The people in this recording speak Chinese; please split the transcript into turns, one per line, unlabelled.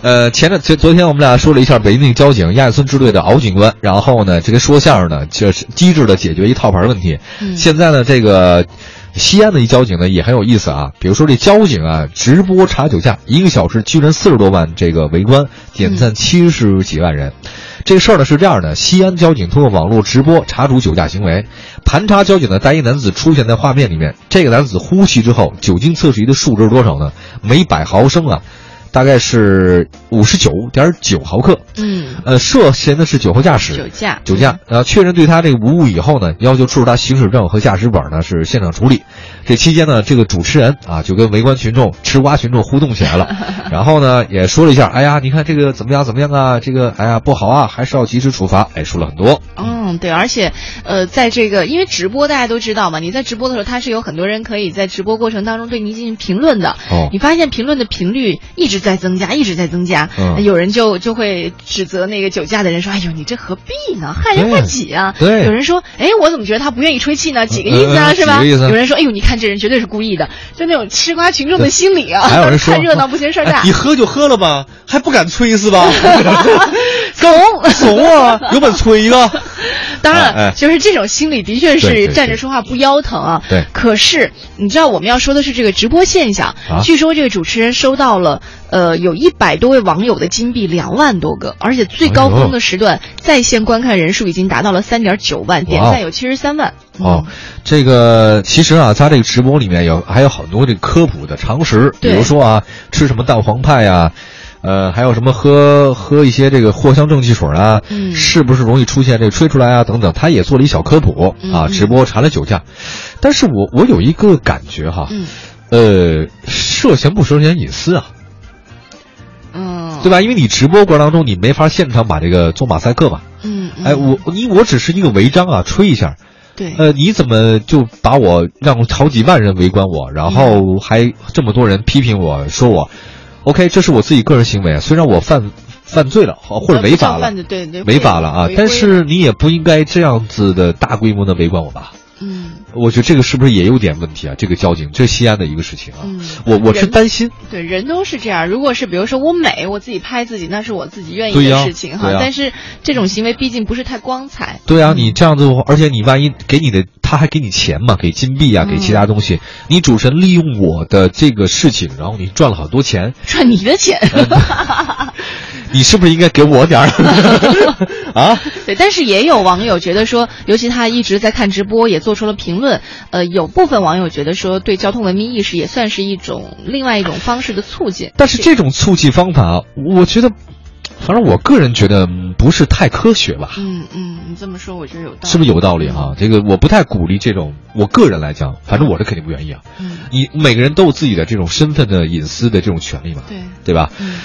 呃，前阵昨昨天我们俩说了一下北京交警亚运村支队的敖警官，然后呢，这个说相声呢，就是机智的解决一套牌问题。
嗯
现在呢，这个西安的一交警呢也很有意思啊，比如说这交警啊，直播查酒驾，一个小时居然四十多万这个围观，点赞七十几万人。这事儿呢是这样的，西安交警通过网络直播查处酒驾行为，盘查交警的单一男子出现在画面里面，这个男子呼吸之后酒精测试仪的数值是多少呢？每百毫升啊。大概是五十九点九毫克，
嗯，
呃，涉嫌的是酒后驾驶，
酒驾，
酒驾，呃，确认对他这个无误以后呢，要求出示他行驶证和驾驶本呢，是现场处理。这期间呢，这个主持人啊，就跟围观群众、吃瓜群众互动起来 了，然后呢，也说了一下，哎呀，你看这个怎么样怎么样啊，这个哎呀不好啊，还是要及时处罚，哎，说了很多，
嗯，对，而且，呃，在这个因为直播大家都知道嘛，你在直播的时候，它是有很多人可以在直播过程当中对您进行评论的。
哦
你发现评论的频率一直在增加，一直在增加。
嗯
有人就就会指责那个酒驾的人说：“哎呦，你这何必呢？害人害己啊！”
对对
有人说：“哎，我怎么觉得他不愿意吹气呢？几个意思
嗯
啊，
嗯嗯
是吧？”
几个意思
有人说：“哎呦，你看这人绝对是故意的，就那种吃瓜群众的心理啊！
还有人说
看热闹不嫌事儿大
哎你，喝就喝了吧，还不敢吹是 吧？
怂。”
怂啊，有本吹一个。
当
哎
然了，
哎
就是这种心理的确
对
是
对
站着
对
说话不腰疼啊。
对
可是你知道我们要说的是这个直播现象，
啊
据说这个主持人收到了呃有一百多位网友的金币两万多个，而且最高峰的时段、在线观看人数已经达到了三点九万，点赞有七十三万。嗯
哦，这个其实啊，他这个直播里面有还有很多这个科普的常识，比
对
如说啊，吃什么蛋黄派呀、呃，还有什么喝喝一些这个藿香正气水啊，
嗯
是不是容易出现这个吹出来啊等等，他也做了一小科普
嗯
啊，
嗯
直播查了酒驾，但是我我有一个感觉哈，
嗯
呃，涉嫌不涉嫌隐私啊，
嗯，
对
吧？
吧？因为你直播过程当中你没法现场把这个做马赛克嘛，
嗯，嗯
哎，我你我只是一个违章啊，吹一下，
对，
呃，你怎么就把我让好几万人围观我，然后还这么多人批评我说我，OK，这是我自己个人行为，虽然我犯犯罪了或或者
呃不
违法
叫
了
犯，罪对对，
违法了啊
违，规
但
了
是你也不应该这样子的大规模的围观我吧？
嗯
我觉得这个是不是也有点问题啊？这个交警，这西安的一个事情啊，
嗯，
我我是
人
担心，
对，人都是这样。如果是比如说我美，我自己拍自己，那是我自己愿意
对
的
呀
事情哈。
对呀
但是这种行为毕竟不是太光彩。
对啊，你这样子，而且你万一给你的，他还给你钱嘛，给金币
嗯
啊，给其他东西，你主持人利用我的这个事情，然后你赚了好多钱，
赚你的钱，
嗯你是不是应该给我点儿？啊，
对，但是也有网友觉得说，尤其他一直在看直播，也做出了评论。呃，有部分网友觉得说，对交通文明意识也算是一种另外一种方式的促进。
但是这种促进方法，我觉得，反正我个人觉得嗯不是太科学吧，
嗯嗯，你这么说我觉得有道理，
是不是有道理哈、这个我不太鼓励这种，我个人来讲，反正我是肯定不愿意啊。
嗯，
你每个人都有自己的这种身份的隐私的这种权利嘛，
对，
对吧？
嗯。